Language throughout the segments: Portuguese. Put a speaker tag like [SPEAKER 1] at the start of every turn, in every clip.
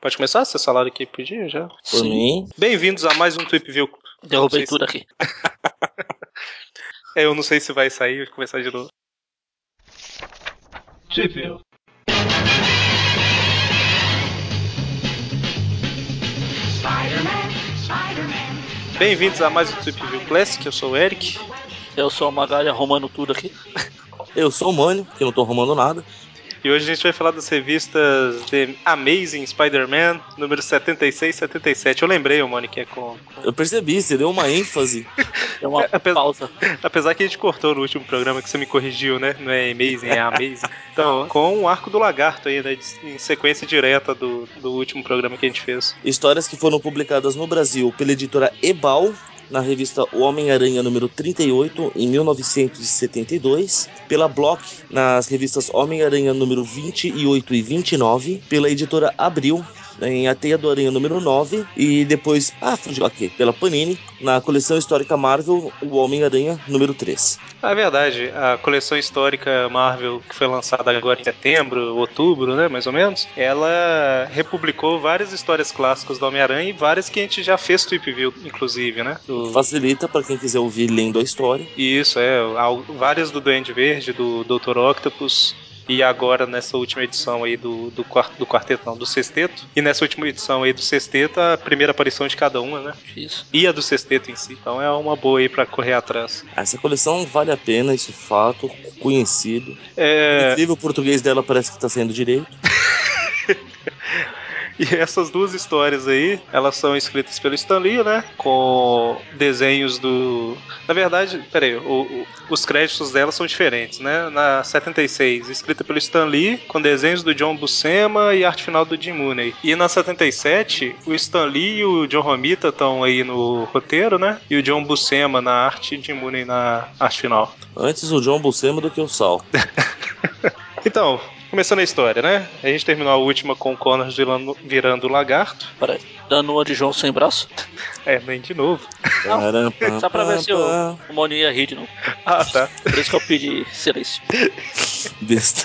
[SPEAKER 1] Pode começar seu salário aqui pedindo já?
[SPEAKER 2] Por mim.
[SPEAKER 1] Bem-vindos a mais um Tweep View.
[SPEAKER 3] Derrubei
[SPEAKER 1] Não sei
[SPEAKER 3] tudo aqui.
[SPEAKER 1] É, eu não sei se vai sair, vou começar de novo. Bem-vindos a mais um Tweep View Classic, eu sou o Eric.
[SPEAKER 3] Eu sou o Magalha arrumando tudo aqui.
[SPEAKER 2] Eu sou o Mânio, que não tô arrumando nada.
[SPEAKER 1] E hoje a gente vai falar das revistas The Amazing Spider-Man, número 76 e 77. Eu lembrei, ô, Mano, que é com...
[SPEAKER 2] Eu percebi, você deu uma ênfase.
[SPEAKER 3] Deu É uma
[SPEAKER 1] apesar-
[SPEAKER 3] pausa.
[SPEAKER 1] Apesar que a gente cortou no último programa que você me corrigiu, né? Não é Amazing, é Amazing. Então, com o arco do lagarto aí, né? de- Em sequência direta do, do último programa que a gente fez.
[SPEAKER 2] Histórias que foram publicadas no Brasil pela editora Ebal, na revista O Homem-Aranha número 38, em 1972, pela Block, nas revistas Homem-Aranha número 28 e 29, pela editora Abril, né, em A Teia do Aranha número 9, e depois, ah, fugiu aqui, pela Panini, na coleção histórica Marvel, O Homem-Aranha número 3.
[SPEAKER 1] Ah, É verdade, a coleção histórica Marvel, que foi lançada agora em setembro, outubro, né, mais ou menos, ela republicou várias histórias clássicas do Homem-Aranha e várias que a gente já fez Tweep View, inclusive, né? Do-
[SPEAKER 2] Facilita para quem quiser ouvir lendo a história.
[SPEAKER 1] E Isso, é. al- Várias do Duende Verde, do Dr. Octopus. E agora, nessa última edição aí do, do, quar- do quarteto, não, do sexteto. E nessa última edição aí do sexteto, a primeira aparição de cada uma, né?
[SPEAKER 3] Isso.
[SPEAKER 1] E a do sexteto em si. Então é uma boa aí pra correr atrás.
[SPEAKER 2] Essa coleção vale a pena, isso é fato, conhecido.
[SPEAKER 1] É,
[SPEAKER 2] Inclusive, o português dela parece que tá saindo direito.
[SPEAKER 1] e essas duas histórias aí, elas são escritas pelo Stan Lee, né? Com desenhos do. Na verdade, peraí, o- o- os créditos delas são diferentes, né? Na 76, escrita pelo Stan Lee, com desenhos do John Buscema e arte final do Jim Mooney. E na 77, o Stan Lee e o John Romita estão aí no roteiro, né? E o John Buscema na arte e Jim Mooney na arte final.
[SPEAKER 2] Antes o John Buscema do que o Sal.
[SPEAKER 1] Então, começando a história, né? A gente terminou a última com o Connors virando, virando o lagarto.
[SPEAKER 3] Peraí. Dando uma de João sem braço.
[SPEAKER 1] É, nem de novo.
[SPEAKER 3] Não,
[SPEAKER 2] Taram, pam,
[SPEAKER 3] Só pra ver
[SPEAKER 2] pam,
[SPEAKER 3] se o,
[SPEAKER 2] pam.
[SPEAKER 3] o Moni ia rir de novo.
[SPEAKER 1] Ah, tá.
[SPEAKER 3] Por isso que eu pedi silêncio.
[SPEAKER 2] Besta.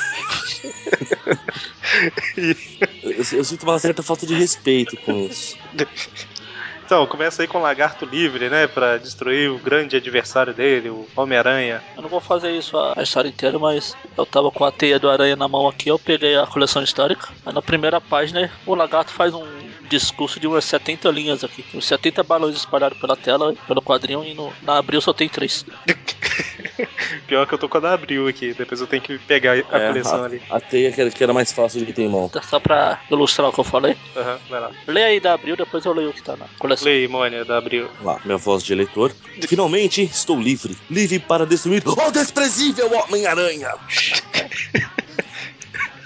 [SPEAKER 2] eu, eu sinto uma certa falta de respeito com isso.
[SPEAKER 1] Então, começa aí com o Lagarto Livre, né? Pra destruir o grande adversário dele, o Homem-Aranha.
[SPEAKER 3] Eu não vou fazer isso a, a história inteira, mas eu tava com a teia do aranha na mão aqui, eu peguei a coleção histórica. Aí na primeira página, o lagarto faz um discurso de umas 70 linhas aqui. Uns 70 balões espalhados pela tela, pelo quadrinho, e no, na abril só tem três.
[SPEAKER 1] Pior que eu tô com a da Abril aqui, depois eu tenho que pegar a
[SPEAKER 2] É,
[SPEAKER 1] coleção
[SPEAKER 2] a-
[SPEAKER 1] ali.
[SPEAKER 2] A teia que era, que era mais fácil de ter em mão.
[SPEAKER 3] Tá Só pra ilustrar o que eu falei.
[SPEAKER 1] Aham, vai lá.
[SPEAKER 3] Leia aí da abril, depois eu leio o que tá na coleção.
[SPEAKER 1] Lei, Mônia, da Abril.
[SPEAKER 2] Lá, minha voz de eleitor. Finalmente estou livre. Livre para destruir o desprezível Homem-Aranha.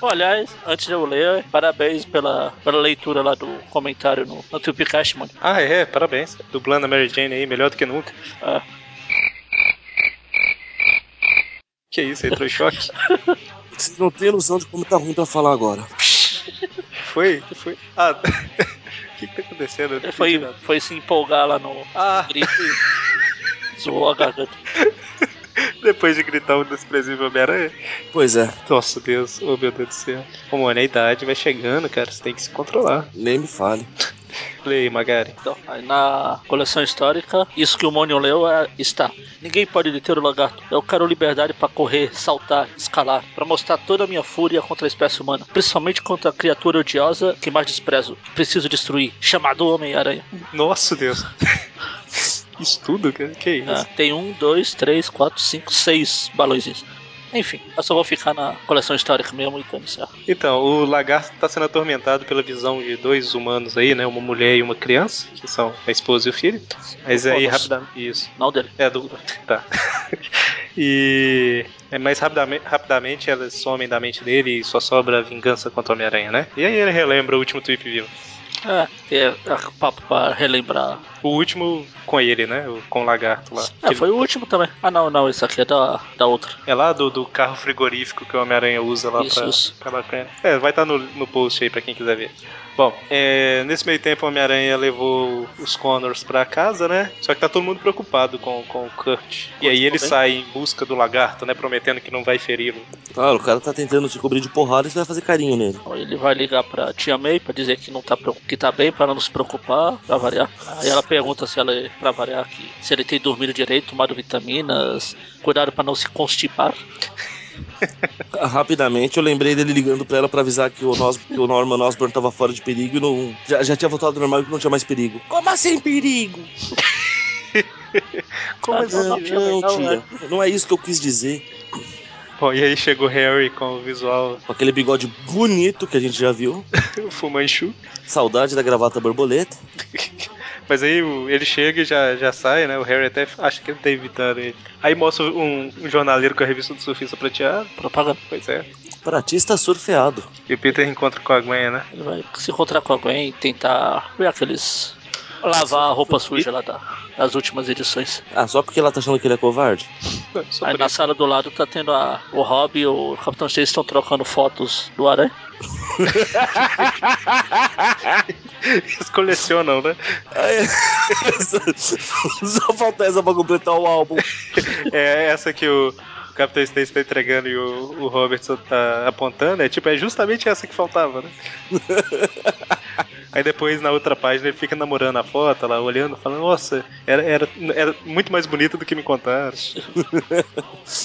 [SPEAKER 3] Bom, aliás, antes de eu ler, parabéns pela, pela leitura lá do comentário no, no Tupicast, mano.
[SPEAKER 1] Ah, é, parabéns. Dublando a Mary Jane aí, melhor do que nunca.
[SPEAKER 3] Ah,
[SPEAKER 1] Que isso, entrou em choque.
[SPEAKER 2] Vocês não têm noção de como tá ruim pra falar agora.
[SPEAKER 1] Foi? Que foi? Ah, o que que tá acontecendo? Eu não
[SPEAKER 3] ele É, foi,
[SPEAKER 1] entendi nada.
[SPEAKER 3] foi se empolgar lá no
[SPEAKER 1] Ah,
[SPEAKER 3] grito e zoou a garganta.
[SPEAKER 1] depois de gritar o desprezível Homem-Aranha.
[SPEAKER 2] Pois é,
[SPEAKER 1] Nossa, Deus. Oh, meu Deus do céu. Ô, Mônia, a idade vai chegando, cara. Você tem que se controlar.
[SPEAKER 2] nem me fale.
[SPEAKER 1] Lei, Magari.
[SPEAKER 3] Então, aí na coleção histórica, isso que o Mônio leu é, está. Ninguém pode deter o lagarto. Eu quero liberdade para correr, saltar, escalar, para mostrar toda a minha fúria contra a espécie humana, principalmente contra a criatura odiosa que mais desprezo, que preciso destruir, chamado Homem-Aranha.
[SPEAKER 1] Nossa, Deus. Isso tudo, cara? Que isso?
[SPEAKER 3] Ah, tem um, dois, três, quatro, cinco, seis balões. Enfim, eu só vou ficar na coleção histórica mesmo, então isso é.
[SPEAKER 1] Então, o lagarto está sendo atormentado pela visão de dois humanos aí, né? Uma mulher e uma criança, que são a esposa e o filho. Mas aí,
[SPEAKER 3] Todos.
[SPEAKER 1] rapidamente. Isso.
[SPEAKER 3] Não dele.
[SPEAKER 1] É, do. Tá. e. É, mas rapidamente, rapidamente elas somem da mente dele e só sobra a vingança contra o Homem-Aranha, né? E aí ele relembra o último tweet vivo.
[SPEAKER 3] É, é, é papo para relembrar
[SPEAKER 1] O último com ele, né? O- Com o lagarto lá.
[SPEAKER 3] Ah,
[SPEAKER 1] Que-
[SPEAKER 3] foi o último também. Ah, não, não, esse aqui é da, da outra.
[SPEAKER 1] É lá do, do carro frigorífico que o Homem-Aranha usa lá
[SPEAKER 3] Isso,
[SPEAKER 1] pra,
[SPEAKER 3] isso.
[SPEAKER 1] pra bacana. É, vai estar no, no post aí pra quem quiser ver. Bom, é, nesse meio tempo o Homem-Aranha levou os Connors pra casa, né? Só que tá todo mundo preocupado com, com o Kurt. E aí ele
[SPEAKER 3] também.
[SPEAKER 1] sai em busca do lagarto, né? Prometendo que não vai feri-lo.
[SPEAKER 2] Claro, o cara tá tentando te cobrir de porrada e você vai fazer carinho nele.
[SPEAKER 3] Então, Ele vai ligar pra tia May pra dizer que não tá, preocu- que tá bem, pra não se preocupar, pra variar. Aí ela pergunta se ela, é pra variar, que, se ele tem dormido direito, tomado vitaminas, cuidado pra não se constipar.
[SPEAKER 2] Rapidamente eu lembrei dele ligando pra ela pra avisar que o, Nos- que o Norman Osborn tava fora de perigo e não, já, já tinha voltado ao normal e que não tinha mais perigo. Como assim perigo?
[SPEAKER 1] Como
[SPEAKER 3] Ah,
[SPEAKER 1] assim?
[SPEAKER 2] Não,
[SPEAKER 3] tia May,
[SPEAKER 2] não,
[SPEAKER 3] não,
[SPEAKER 2] tia. Não é isso que eu quis dizer.
[SPEAKER 1] Bom, e aí chega o Harry com o visual
[SPEAKER 2] Com aquele bigode bonito que a gente já viu.
[SPEAKER 1] Fumanchu.
[SPEAKER 2] Saudade da gravata borboleta.
[SPEAKER 1] Mas aí o- ele chega e já, já sai, né? O Harry até acha que ele tá evitando ele. Aí mostra um, um jornaleiro com a revista do surfista prateado.
[SPEAKER 3] Propaganda.
[SPEAKER 1] Pois é.
[SPEAKER 2] Pratista surfeado.
[SPEAKER 1] E o Peter encontra com a Gwen, né?
[SPEAKER 3] Ele vai se encontrar com alguém e tentar ver aqueles. lavar a roupa suja lá da, das últimas edições.
[SPEAKER 2] Ah, só porque ela tá achando que ele é covarde?
[SPEAKER 1] Só
[SPEAKER 3] Aí
[SPEAKER 1] por
[SPEAKER 3] na sala do lado tá tendo a, o Rob e o Capitão Chase estão trocando fotos do né? Aranha.
[SPEAKER 1] Eles colecionam, né?
[SPEAKER 2] só falta essa pra completar o álbum.
[SPEAKER 1] É essa que o Capitão Stacy tá entregando e o, o Robertson tá apontando. É tipo, é justamente essa que faltava, né? Aí depois, na outra página, ele fica namorando a foto, lá, olhando, falando, nossa, era, era, era muito mais bonita do que me contaram.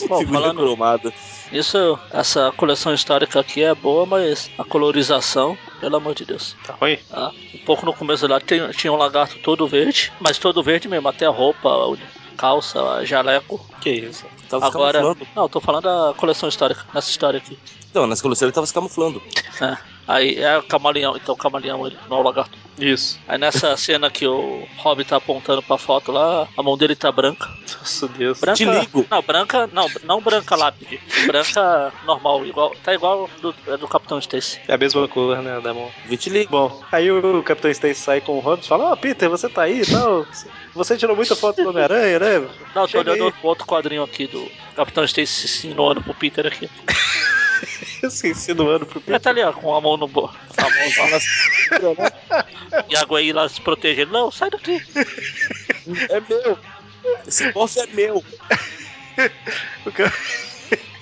[SPEAKER 3] Bom,
[SPEAKER 2] Figura
[SPEAKER 3] falando
[SPEAKER 2] cromada.
[SPEAKER 3] nisso, essa coleção histórica aqui é boa, mas a colorização, pelo amor de Deus.
[SPEAKER 1] Tá ruim?
[SPEAKER 3] Ah, um pouco no começo lá tem- tinha um lagarto todo verde, mas todo verde mesmo, até a roupa, a calça, a jaleco.
[SPEAKER 1] Que isso?
[SPEAKER 2] Tava se
[SPEAKER 3] Agora.
[SPEAKER 2] camuflando.
[SPEAKER 3] Não, tô falando da coleção histórica, nessa história aqui.
[SPEAKER 2] Não, nessa coleção ele tava se camuflando.
[SPEAKER 3] É, Aí é o camaleão, então o camaleão ele, não é o lagarto.
[SPEAKER 1] Isso.
[SPEAKER 3] Aí nessa cena que o Rob tá apontando pra foto lá, a mão dele tá branca.
[SPEAKER 1] Nossa, Deus.
[SPEAKER 3] Branca.
[SPEAKER 2] Te ligo.
[SPEAKER 3] Não, branca, não, não branca lápide. Branca normal, igual. Tá igual do, é do Capitão Stacy.
[SPEAKER 1] É a mesma cor, né, da mão.
[SPEAKER 2] Vitiligo.
[SPEAKER 1] Bom, aí o Capitão Stacy sai com o Robin e fala, ó, Peter, você tá aí e tal. Você tirou muita foto do Homem-Aranha, né?
[SPEAKER 3] Não, tô
[SPEAKER 1] Chega
[SPEAKER 3] olhando
[SPEAKER 1] aí.
[SPEAKER 3] o outro quadrinho aqui do Capitão Stacy se insinuando pro Peter aqui.
[SPEAKER 1] Se insinuando pro
[SPEAKER 3] Ele
[SPEAKER 1] Peter.
[SPEAKER 3] tá ali, ó, com a mão no bo... a mão lá, e a Gwen lá se protegendo. Não, sai daqui.
[SPEAKER 2] É meu. Esse cofre é meu.
[SPEAKER 1] O cara-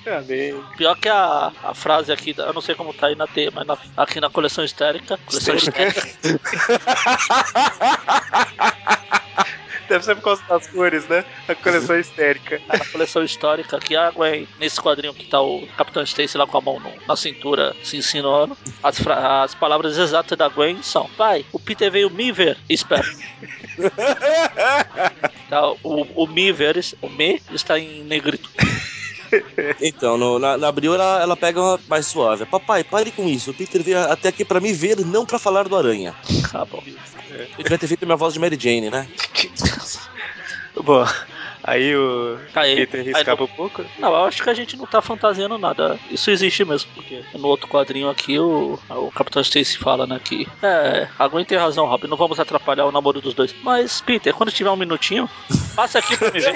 [SPEAKER 1] Cadê?
[SPEAKER 3] Pior que a, a frase aqui, da- eu não sei como tá aí na T, mas na- aqui na coleção histérica. Coleção histérica.
[SPEAKER 1] Deve ser por causa das cores, né? A coleção histérica.
[SPEAKER 3] tá Na coleção histórica aqui, a Gwen, nesse quadrinho que tá o Capitão Stacy lá com a mão no- na cintura se insinuando. As, fra- as palavras exatas da Gwen são: Pai, o Peter veio me ver, espera. Tá, o, o me ver, o me está em negrito.
[SPEAKER 2] Então, no- na, na abril ela, ela pega uma mais suave. Papai, pare com isso. O Peter veio até aqui pra me ver, não pra falar do Aranha.
[SPEAKER 3] Tá bom.
[SPEAKER 2] Ele vai ter feito minha voz de Mary Jane, né?
[SPEAKER 1] Bom, aí o
[SPEAKER 3] Tá Aí,
[SPEAKER 1] Peter
[SPEAKER 3] aí
[SPEAKER 1] escapa um pouco.
[SPEAKER 3] Não, eu acho que a gente não tá fantasiando nada. Isso existe mesmo, porque no outro quadrinho aqui o, o Capitão Stacy fala, né, que é, a Gwen tem razão, Rob, não vamos atrapalhar o namoro dos dois. Mas, Peter, quando tiver um minutinho, passa aqui pra me ver.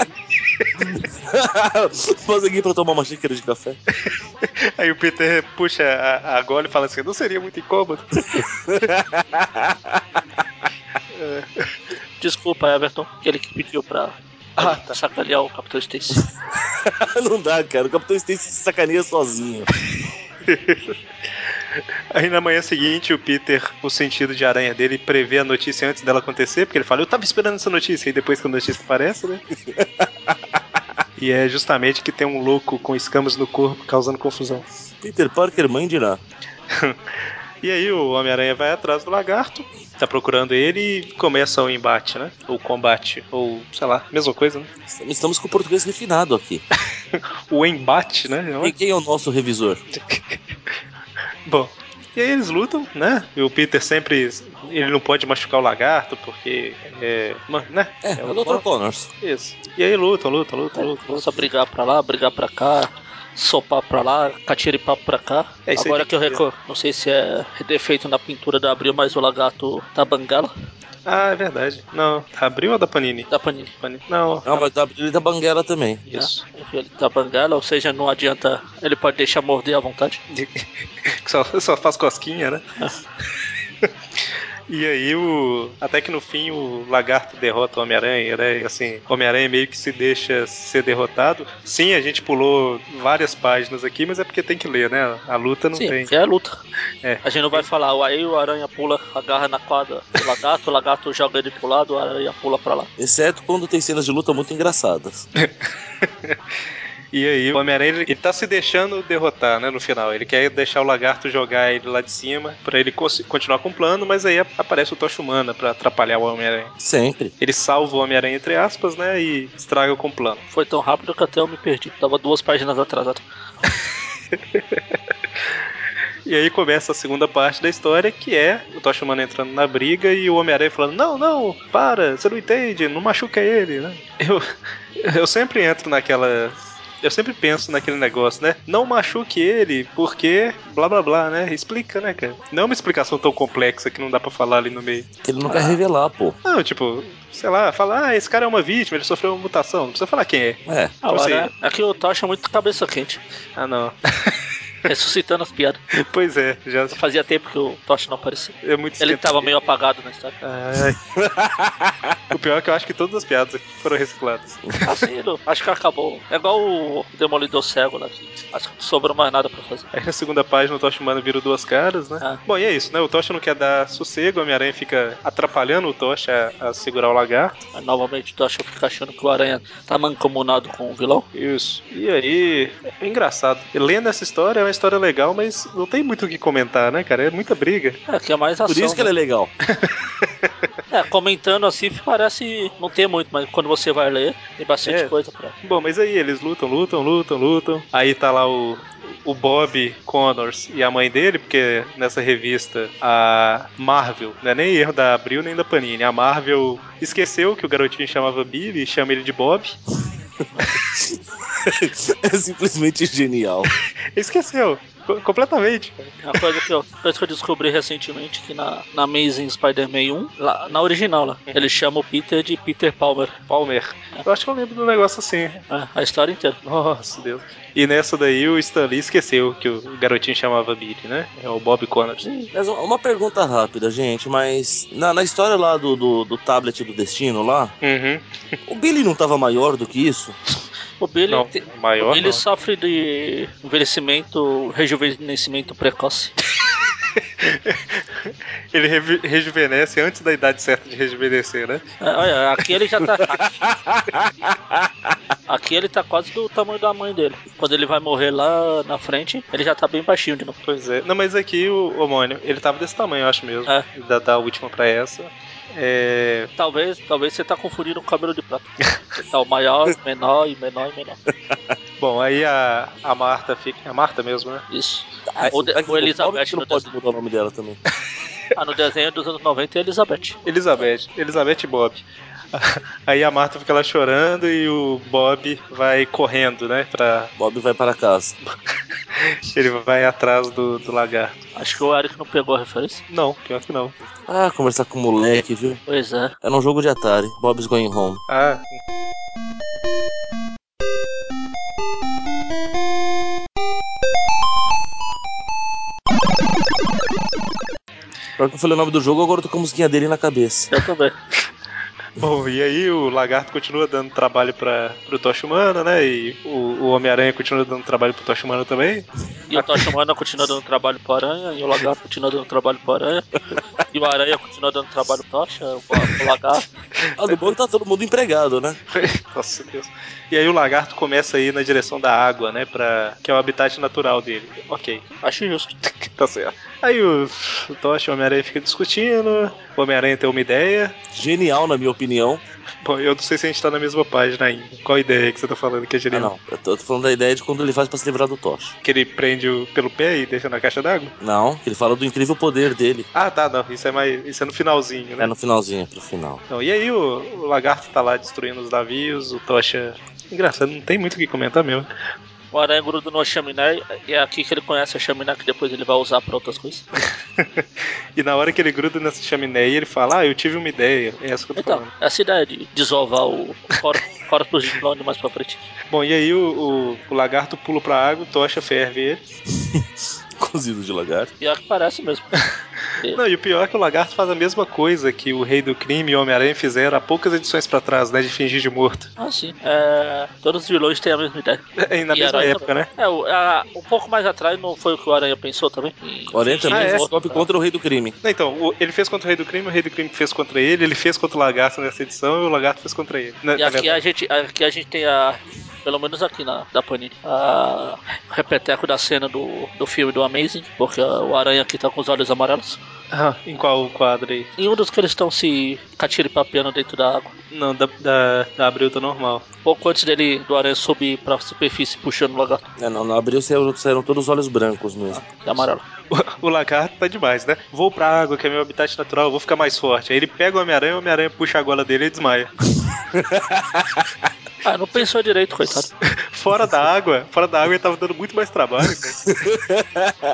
[SPEAKER 2] Faz aqui pra tomar uma xícara de café.
[SPEAKER 1] Aí o Peter puxa a, a gola e fala assim, não seria muito incômodo?
[SPEAKER 3] Desculpa, Everton, aquele que pediu pra
[SPEAKER 1] Ah, tá.
[SPEAKER 3] sacanear o Capitão Stacy.
[SPEAKER 2] não dá, cara. O Capitão Stacy se sacaneia sozinho.
[SPEAKER 1] Aí na manhã seguinte o Peter, o sentido de aranha dele, prevê a notícia antes dela acontecer, porque ele fala, eu tava esperando essa notícia, e depois que a notícia aparece, né? E é justamente que tem um louco com escamas no corpo causando confusão.
[SPEAKER 2] Peter Parker, mãe dirá.
[SPEAKER 1] E aí o Homem-Aranha vai atrás do lagarto, tá procurando ele e começa o embate, né? Ou combate, ou sei lá, mesma coisa, né?
[SPEAKER 2] Estamos com o português refinado aqui.
[SPEAKER 1] O embate, né?
[SPEAKER 2] E quem é o nosso revisor?
[SPEAKER 1] Bom. E aí eles lutam, né? E o Peter sempre. Ele não pode machucar o lagarto, porque. É. ma- Né?
[SPEAKER 2] É, é o Dr. Connors.
[SPEAKER 1] Isso. E aí lutam, lutam, lutam, lutam, lutam.
[SPEAKER 3] Começa a brigar pra lá, brigar pra cá. sopar pra lá, catiripá pra cá.
[SPEAKER 1] É isso aí,
[SPEAKER 3] Agora
[SPEAKER 1] tem
[SPEAKER 3] que eu
[SPEAKER 1] que ver.
[SPEAKER 3] recordo, não sei se é defeito na pintura da Abril, mas o lagarto da Bangala,
[SPEAKER 1] Ah, é verdade. Não, da Abril ou da Panini?
[SPEAKER 3] da Panini.
[SPEAKER 1] Panini. Não,
[SPEAKER 2] Não, mas dá pra ele da banguela também.
[SPEAKER 1] isso.
[SPEAKER 3] né? Ele da Bangala, ou seja, não adianta, ele pode deixar morder à vontade.
[SPEAKER 1] Que só, só faz cosquinha, né? E aí o. Até que no fim o lagarto derrota o Homem-Aranha, né? E, Assim, o Homem-Aranha meio que se deixa ser derrotado. Sim, a gente pulou várias páginas aqui, mas é porque tem que ler, né? A luta não
[SPEAKER 3] Sim,
[SPEAKER 1] tem.
[SPEAKER 3] porque é luta.
[SPEAKER 1] É.
[SPEAKER 3] A gente não vai falar, "Ah, aí o aranha pula, agarra na quadra do lagarto, o lagarto joga ele pro lado, o aranha pula pra lá.
[SPEAKER 2] Exceto quando tem cenas de luta muito engraçadas.
[SPEAKER 1] E aí o Homem-Aranha ele, ele tá se deixando derrotar, né? No final. Ele quer deixar o lagarto jogar ele lá de cima pra ele cons- continuar com o plano, mas aí aparece o Tocha Humana pra atrapalhar o Homem-Aranha.
[SPEAKER 2] Sempre.
[SPEAKER 1] Ele salva o Homem-Aranha, entre aspas, né? E estraga com o plano.
[SPEAKER 3] Foi tão rápido que até eu me perdi, tava duas páginas atrasado.
[SPEAKER 1] E aí começa a segunda parte da história, que é o Tocha Humana entrando na briga e o Homem-Aranha falando: Não, não, para, você não entende, não machuca ele, né? Eu, eu sempre entro naquela. Eu sempre penso naquele negócio, né? Não machuque ele, porque blá blá blá, né? Explica, né, cara? Não é uma explicação tão complexa que não dá pra falar ali no meio.
[SPEAKER 2] Que ele não quer revelar, pô.
[SPEAKER 1] Não, tipo, sei lá, falar, ah, esse cara é uma vítima, ele sofreu uma mutação, não precisa falar quem é.
[SPEAKER 2] É.
[SPEAKER 3] Ah, o
[SPEAKER 1] Ou
[SPEAKER 3] aranha, aqui o Tocha é muito cabeça quente,
[SPEAKER 1] Ah, não.
[SPEAKER 3] ressuscitando as piadas.
[SPEAKER 1] pois é, já
[SPEAKER 3] Fazia tempo que o Tocha não aparecia.
[SPEAKER 1] é muito
[SPEAKER 3] Ele
[SPEAKER 1] esquentado.
[SPEAKER 3] tava meio apagado na história.
[SPEAKER 1] Ai. o pior é que eu acho que todas as piadas aqui foram recicladas.
[SPEAKER 3] Assim, não- acho que acabou. É igual o Demolidor Cego lá. que Acho que não sobrou mais nada pra fazer.
[SPEAKER 1] Aí na segunda página o Tocha Humana vira o duas caras, né?
[SPEAKER 3] Ah.
[SPEAKER 1] Bom, e é isso, né? O Tocha não quer dar sossego, o Homem-Aranha fica atrapalhando o Tocha a, a segurar o lagarto.
[SPEAKER 3] Mas, É, novamente, o Tocha fica achando que o Aranha tá mancomunado com o vilão.
[SPEAKER 1] Isso. E aí, é engraçado. Lendo essa história, é uma história legal, mas não tem muito o que comentar, né, cara? É muita briga.
[SPEAKER 3] É, que é mais ação.
[SPEAKER 2] Por isso que ele é legal.
[SPEAKER 3] É, comentando assim parece não ter muito, mas quando você vai ler, tem bastante
[SPEAKER 1] É.
[SPEAKER 3] coisa pra.
[SPEAKER 1] Bom, mas aí eles lutam, lutam, lutam, lutam. Aí tá lá o, o Bob Connors e a mãe dele, porque nessa revista a Marvel, não é nem erro da Abril nem da Panini, a Marvel esqueceu que o garotinho chamava Billy e chama ele de Bob.
[SPEAKER 2] é simplesmente genial.
[SPEAKER 1] Esqueceu, co- completamente.
[SPEAKER 3] É Uma coisa que eu, coisa que eu descobri recentemente que na, na Amazing Spider-Man 1, lá, na original
[SPEAKER 2] Uhum.
[SPEAKER 3] lá, ele chama o Peter de Peter Palmer.
[SPEAKER 1] Palmer. Eu acho que eu lembro do negócio assim.
[SPEAKER 3] né, a história inteira.
[SPEAKER 1] Nossa, Deus. E nessa daí o Stan Lee esqueceu que o garotinho chamava Billy, né? É o Bob Connors.
[SPEAKER 2] Mas uma- uma pergunta rápida, gente, mas na, na história lá do, do, do tablet do destino lá,
[SPEAKER 1] Uhum.
[SPEAKER 2] o Billy não tava maior do que isso?
[SPEAKER 3] O Billy,
[SPEAKER 1] Não,
[SPEAKER 3] te-
[SPEAKER 1] maior
[SPEAKER 3] ele
[SPEAKER 1] não.
[SPEAKER 3] sofre de envelhecimento, rejuvenescimento precoce.
[SPEAKER 1] Ele reju- rejuvenesce antes da idade certa de rejuvenescer, né?
[SPEAKER 3] É, olha, aqui ele já tá. Aqui ele tá quase do tamanho da mãe dele. Quando ele vai morrer lá na frente, ele já tá bem baixinho de novo.
[SPEAKER 1] Pois é. Não, mas aqui o homônio, ele tava desse tamanho, eu acho mesmo.
[SPEAKER 3] É.
[SPEAKER 1] Da, da última pra essa. É.
[SPEAKER 3] Talvez, talvez você tá confundindo o cabelo de prata. tá o maior, menor e menor e menor.
[SPEAKER 1] Bom, aí a, a Marta fica. É a Marta mesmo, né?
[SPEAKER 3] Isso.
[SPEAKER 2] Ah,
[SPEAKER 3] Ou de-
[SPEAKER 2] é que
[SPEAKER 3] ou Elizabeth
[SPEAKER 2] óbvio que
[SPEAKER 3] no
[SPEAKER 2] não pode mudar o nome dela também.
[SPEAKER 3] Ah, no desenho dos anos 90 é Elizabeth.
[SPEAKER 1] Elizabeth. Elizabeth e Bob. Aí a Marta fica lá chorando e o Bob vai correndo, né? Pra...
[SPEAKER 2] Bob vai para casa.
[SPEAKER 1] Ele vai atrás do, do lagarto.
[SPEAKER 3] Acho que o Eric não pegou a referência.
[SPEAKER 1] Não, pior que não.
[SPEAKER 2] Ah, conversar com o moleque, viu?
[SPEAKER 3] Pois é.
[SPEAKER 2] Era um jogo de Atari. Bob's Going Home.
[SPEAKER 1] Ah,
[SPEAKER 2] Pior que eu falei o nome do jogo, agora eu tô com a musiquinha dele na cabeça.
[SPEAKER 3] Eu também.
[SPEAKER 1] Bom, e aí o lagarto continua dando trabalho para pro Tocha Humana, né? E o, o Homem-Aranha continua dando trabalho pro Tocha Humana também.
[SPEAKER 3] E o Tocha Humana continua dando trabalho pro Aranha, e o Lagarto continua dando trabalho pro Aranha, e o Aranha continua dando trabalho pro Tocha, o, o Lagarto.
[SPEAKER 2] Ah, do bom que tá todo mundo empregado, né?
[SPEAKER 1] Nossa Deus. E aí o lagarto começa a ir na direção da água, né? Pra... Que é o habitat natural dele. Ok,
[SPEAKER 3] Acho justo.
[SPEAKER 1] tá certo. Aí o, o Tocha e o Homem-Aranha ficam discutindo. O Homem-Aranha tem uma ideia.
[SPEAKER 2] Genial, na minha opinião. Ah,
[SPEAKER 1] Bom, eu não sei se a gente tá na mesma página ainda. Qual a ideia que você tá falando que é
[SPEAKER 2] Ah,
[SPEAKER 1] genial?
[SPEAKER 2] não. Eu tô, eu tô falando da ideia de quando ele faz pra se livrar do Tosh.
[SPEAKER 1] que ele prende o, pelo pé e deixa na caixa d'água?
[SPEAKER 2] Não, que ele fala do incrível poder dele.
[SPEAKER 1] Ah, tá, não. Isso é mais. Isso é no finalzinho, né?
[SPEAKER 2] É no finalzinho, pro final.
[SPEAKER 1] Então, e aí o, o lagarto tá lá destruindo os navios, o Tocha. Engraçado, não tem muito o que comentar mesmo.
[SPEAKER 3] O aranha gruda numa chaminé e é aqui que ele conhece a chaminé que depois ele vai usar pra outras coisas.
[SPEAKER 1] E na hora que ele gruda nessa chaminé ele fala, ah, eu tive uma ideia, é essa que eu tô
[SPEAKER 3] Então,
[SPEAKER 1] falando.
[SPEAKER 3] essa ideia de desovar o cor- corpus de clone mais pra frente.
[SPEAKER 1] Bom, e aí o, o, o lagarto pula pra água, tocha, ferve ele.
[SPEAKER 2] Cozido de lagarto.
[SPEAKER 3] Pior é que parece mesmo.
[SPEAKER 1] Não, e o pior é que o lagarto faz a mesma coisa que o Rei do Crime e o Homem-Aranha fizeram há poucas edições pra trás, né, de fingir de morto.
[SPEAKER 3] Ah, sim. É, todos os vilões têm a mesma ideia.
[SPEAKER 1] E na
[SPEAKER 3] E
[SPEAKER 1] mesma
[SPEAKER 3] herói
[SPEAKER 1] época, né?
[SPEAKER 3] É, o- a- um pouco mais atrás não foi o que o Aranha pensou também?
[SPEAKER 2] O Aranha também
[SPEAKER 1] Ah, é?
[SPEAKER 2] fez golpe contra o rei do crime.
[SPEAKER 1] Não, Então, o- ele fez contra o Rei do Crime, o Rei do Crime fez contra ele, ele fez contra o Lagarto nessa edição e o Lagarto fez contra ele. Né, Na-
[SPEAKER 3] E
[SPEAKER 1] na
[SPEAKER 3] aqui
[SPEAKER 1] é
[SPEAKER 3] é-
[SPEAKER 1] verdade.
[SPEAKER 3] a gente, aqui a gente tem a. Pelo menos aqui na da Panini. A o repeteco da cena do, do filme do Amazing, porque ah, o Aranha aqui tá com os olhos amarelos.
[SPEAKER 1] Ah, em qual quadro aí?
[SPEAKER 3] E um dos que eles estão se catiripapeando dentro da água.
[SPEAKER 1] Não, da, da, da Abril tá normal.
[SPEAKER 3] Pouco antes dele do Aranha subir pra superfície puxando o lagarto
[SPEAKER 2] É, não, não abriu, saíram, saíram todos os olhos brancos mesmo.
[SPEAKER 3] e amarelo.
[SPEAKER 1] O, o lagarto tá demais, né? Vou pra água, que é meu habitat natural, vou ficar mais forte. Aí ele pega o Homem-Aranha, o Homem-Aranha puxa a gola dele e desmaia.
[SPEAKER 3] Ah, não pensou direito, coitado.
[SPEAKER 1] Fora da água, fora da água ele tava dando muito mais trabalho, né?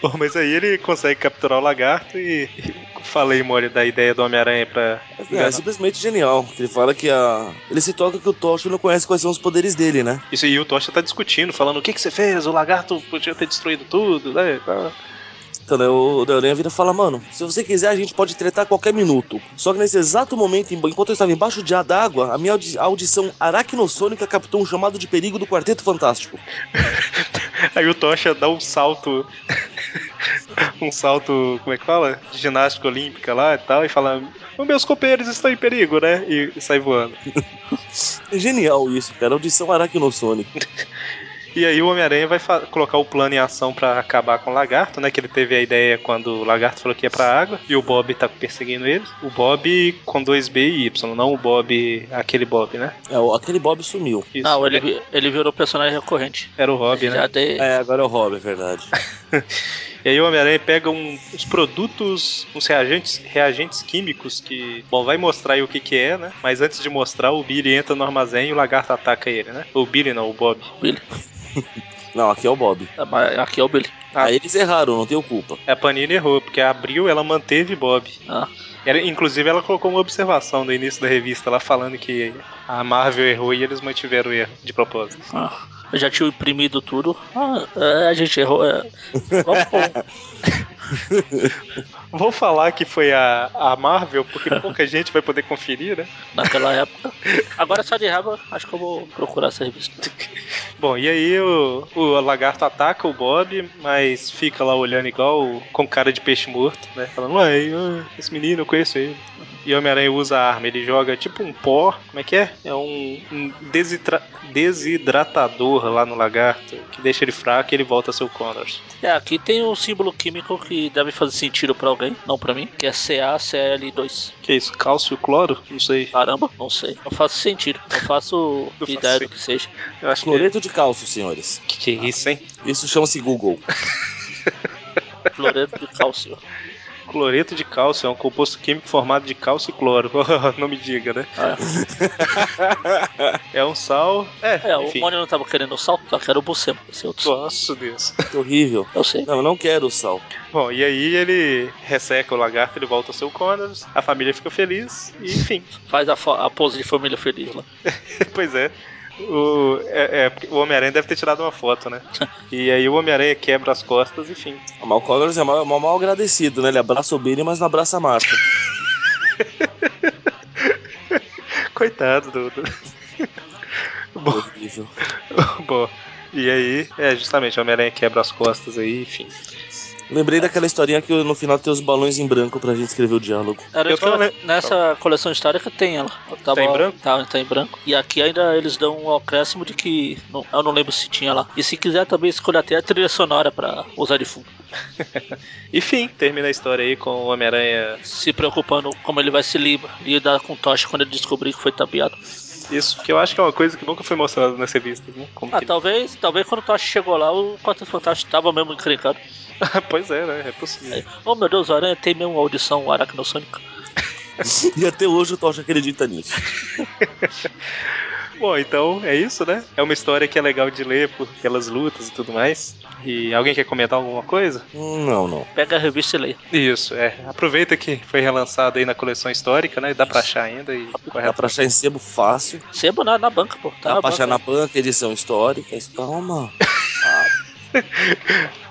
[SPEAKER 1] Bom, mas aí ele consegue capturar o lagarto e. e Falei, Mori, da ideia do Homem-Aranha pra.
[SPEAKER 2] É, é simplesmente genial. Ele fala que a. Ele se toca que o Tocha não conhece quais são os poderes dele, né?
[SPEAKER 1] Isso aí o Tocha tá discutindo, falando o que, que você fez, o lagarto podia ter destruído tudo, né? Tá.
[SPEAKER 2] Então, daí o da Aranha vira e fala: Mano, se você quiser, a gente pode tretar a qualquer minuto. Só que nesse exato momento, em- enquanto eu estava embaixo de d'água, a minha audi- audição aracnossônica captou um chamado de perigo do Quarteto Fantástico.
[SPEAKER 1] Aí o Tocha dá um salto. um salto, como é que fala? De ginástica olímpica lá e tal, e fala: Os meus copeiros estão em perigo, né? E, e sai voando.
[SPEAKER 2] É genial isso, cara. Audição aracnossônica.
[SPEAKER 1] E aí o Homem-Aranha vai fa- colocar o plano em ação pra acabar com o lagarto, né? Que ele teve a ideia quando o lagarto falou que ia pra água e o Bob tá perseguindo ele. O Bob com 2B e Y, não o Bob, aquele Bob, né?
[SPEAKER 2] É, ó, aquele Bob sumiu.
[SPEAKER 1] Isso.
[SPEAKER 3] Não, ele, vi- ele virou personagem recorrente.
[SPEAKER 1] Era o Rob, né?
[SPEAKER 3] Já dei.
[SPEAKER 2] É, agora é o Rob, é verdade.
[SPEAKER 1] E aí o Homem-Aranha pega um- uns produtos, uns reagentes, reagentes químicos que, bom, vai mostrar aí o que que é, né? Mas antes de mostrar, o Billy entra no armazém e o lagarto ataca ele, né? O Billy não, o Bob.
[SPEAKER 2] Não, aqui é o Bob.
[SPEAKER 3] Ah, mas Aqui é o Billy.
[SPEAKER 1] Ah.
[SPEAKER 2] Aí eles erraram, não tenho culpa.
[SPEAKER 1] A Panini errou, porque abriu, ela manteve Bob.
[SPEAKER 3] Ah.
[SPEAKER 1] Ela- inclusive, ela colocou uma observação no início da revista, lá falando que a Marvel errou e eles mantiveram o erro de propósito.
[SPEAKER 3] Ah, eu já tinha imprimido tudo. Ah, é, a gente errou. é. Vamos pôr.
[SPEAKER 1] Vou falar que foi a, a Marvel, porque pouca gente vai poder conferir, né?
[SPEAKER 3] naquela época. Agora só de raiva, acho que eu vou procurar essa revista.
[SPEAKER 1] Bom, e aí o, o lagarto ataca o Bob, mas fica lá olhando igual o- com cara de peixe morto, né? Falando, ué, ué, esse menino, eu conheço ele. E o Homem-Aranha usa a arma, ele joga tipo um pó, como é que é? É um, um desidra- desidratador lá no lagarto, que deixa ele fraco e ele volta a ser o Connors.
[SPEAKER 3] É, aqui tem um símbolo químico que deve fazer sentido pra alguém, não pra mim, que é CaCl2.
[SPEAKER 1] Que isso, cálcio cloro? Não sei.
[SPEAKER 3] Caramba, não sei. Não faz sentido. Não faço
[SPEAKER 1] Não
[SPEAKER 3] ideia
[SPEAKER 1] faço
[SPEAKER 3] do que seja.
[SPEAKER 1] Eu acho que, é-
[SPEAKER 2] Cloreto de cálcio, senhores.
[SPEAKER 1] que, que é isso, hein?
[SPEAKER 2] Isso chama-se Google.
[SPEAKER 3] Cloreto de cálcio.
[SPEAKER 1] Cloreto de cálcio é um composto químico formado de cálcio e cloro. não me diga, né?
[SPEAKER 3] Ah,
[SPEAKER 1] É um sal. É,
[SPEAKER 3] É, o
[SPEAKER 1] enfim.
[SPEAKER 3] Mônio não tava querendo sal, só quero o bucema. Esse outro.
[SPEAKER 1] Nossa, Deus.
[SPEAKER 2] Que horrível.
[SPEAKER 3] Eu sei.
[SPEAKER 2] Não, eu não quero o sal.
[SPEAKER 1] Bom, e aí ele resseca o lagarto, ele volta a ser o Connors, a família fica feliz, e enfim.
[SPEAKER 3] Faz a, fo- a pose de família feliz lá.
[SPEAKER 1] pois é. O, é- é, porque o Homem-Aranha deve ter tirado uma foto, né? E aí o Homem-Aranha quebra as costas, enfim.
[SPEAKER 2] O Mal Connors é mal, mal, mal agradecido, né? Ele abraça o Billy, mas não abraça a Marta.
[SPEAKER 1] Coitado do. do... Bom,
[SPEAKER 2] horrível.
[SPEAKER 1] bom. E aí, é justamente, o Homem-Aranha quebra as costas aí, enfim.
[SPEAKER 2] Lembrei daquela historinha que no final tem os balões em branco pra gente escrever o diálogo.
[SPEAKER 3] Era
[SPEAKER 1] Eu
[SPEAKER 3] isso que ela-
[SPEAKER 1] tava le-
[SPEAKER 3] nessa coleção histórica tem ela. Tá,
[SPEAKER 1] Tá em branco?
[SPEAKER 3] Tá, tá em branco. E aqui ainda eles dão um acréscimo de que. não- eu não lembro se tinha lá. E se quiser também escolha até a trilha sonora pra usar de fundo.
[SPEAKER 1] Enfim, termina a história aí com o Homem-Aranha.
[SPEAKER 3] Se preocupando como ele vai se li- lidar com tocha quando ele descobrir que foi tapeado. Ah,
[SPEAKER 1] Isso que eu acho que é uma coisa que nunca foi mostrada nas revistas, né? Como
[SPEAKER 3] Ah,
[SPEAKER 1] que-
[SPEAKER 3] talvez, talvez quando o Tocha chegou lá, o Quarteto Fantástico tava mesmo encrencado.
[SPEAKER 1] pois é, né? É possível.
[SPEAKER 3] Aí, Oh meu Deus, o Aranha tem mesmo audição aracnossônica.
[SPEAKER 2] e até hoje o Tocha acredita nisso.
[SPEAKER 1] Bom, então é isso, né? É uma história que é legal de ler por pelas lutas e tudo mais. E alguém quer comentar alguma coisa?
[SPEAKER 2] Hum, Não, não.
[SPEAKER 3] Pega a revista e lê.
[SPEAKER 1] Isso, é. Aproveita que foi relançado aí na coleção histórica, né? Dá pra achar ainda e corre
[SPEAKER 2] Dá pra
[SPEAKER 1] atrás.
[SPEAKER 2] achar em sebo fácil.
[SPEAKER 3] Sebo na, na banca, pô. Tá
[SPEAKER 2] Dá
[SPEAKER 3] na
[SPEAKER 2] pra
[SPEAKER 3] banca.
[SPEAKER 2] achar na banca, edição histórica. Calma. Ah,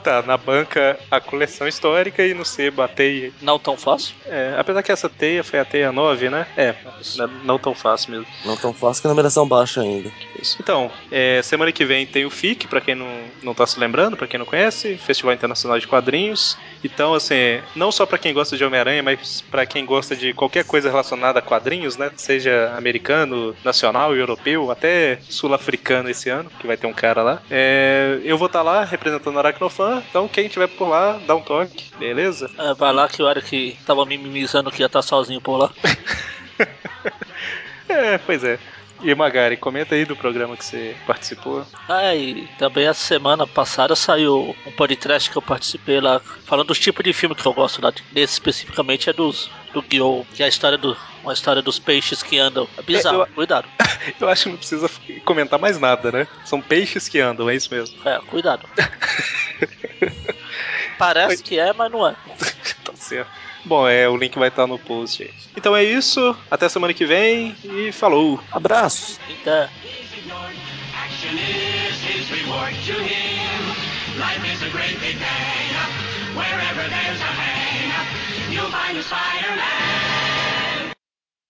[SPEAKER 1] Tá, na banca a coleção histórica e no sebo a teia.
[SPEAKER 3] Não tão fácil.
[SPEAKER 1] É, apesar que essa teia foi a teia 9, né? É, mas n- não tão fácil mesmo.
[SPEAKER 2] Não tão fácil que a numeração baixa ainda.
[SPEAKER 1] Isso. Então, é, semana que vem tem o FIC, pra quem não, não tá se lembrando, pra quem não conhece, Festival Internacional de Quadrinhos. Então, assim, não só pra quem gosta de Homem-Aranha, mas pra quem gosta de qualquer coisa relacionada a quadrinhos, né? Seja americano, nacional, europeu, até sul-africano esse ano, que vai ter um cara lá. É, eu vou estar lá representando a Aracnofan, então quem tiver por lá, dá um toque, beleza?
[SPEAKER 3] É, vai lá que o era que tava me mimizando que ia estar sozinho por lá.
[SPEAKER 1] É, pois é. E Magari, comenta aí do programa que você participou.
[SPEAKER 3] Ah, e também essa semana passada saiu um podcast que eu participei lá, falando dos tipos de filme que eu gosto lá. Nesse especificamente é dos do Guiô, que é a história do. Uma história dos peixes que andam. É bizarro,
[SPEAKER 1] É, eu-
[SPEAKER 3] cuidado.
[SPEAKER 1] Eu acho que não precisa comentar mais nada, né? São peixes que andam, é isso mesmo.
[SPEAKER 3] É, cuidado. Parece que é, mas não é.
[SPEAKER 1] Tá certo. Bom, é, o link vai estar no post aí. Então é isso, até semana que vem e falou!
[SPEAKER 2] Abraços.
[SPEAKER 3] Então,
[SPEAKER 4] is ignored. Action is his reward to him. Life is a great big day. Wherever there's a hang, you'll find a Spider-Man.